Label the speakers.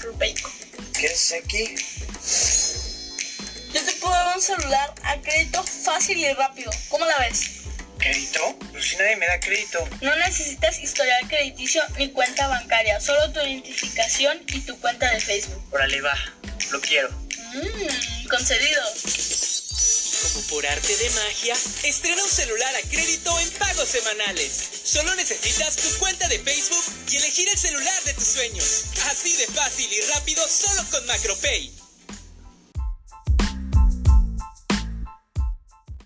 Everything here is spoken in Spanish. Speaker 1: prosaico.
Speaker 2: ¿Qué haces aquí?
Speaker 1: Yo te puedo dar un celular a crédito fácil y rápido. ¿Cómo la ves?
Speaker 2: ¿Crédito? Pues si nadie me da crédito.
Speaker 1: No necesitas historial crediticio ni cuenta bancaria, solo tu identificación y tu cuenta de Facebook.
Speaker 2: Órale, va. Lo quiero.
Speaker 1: Mmm, concedido.
Speaker 3: Como por arte de magia, estrena un celular a crédito en pagos semanales. Solo necesitas tu cuenta de Facebook y elegir el celular de tus sueños. Así de fácil y rápido solo con MacroPay.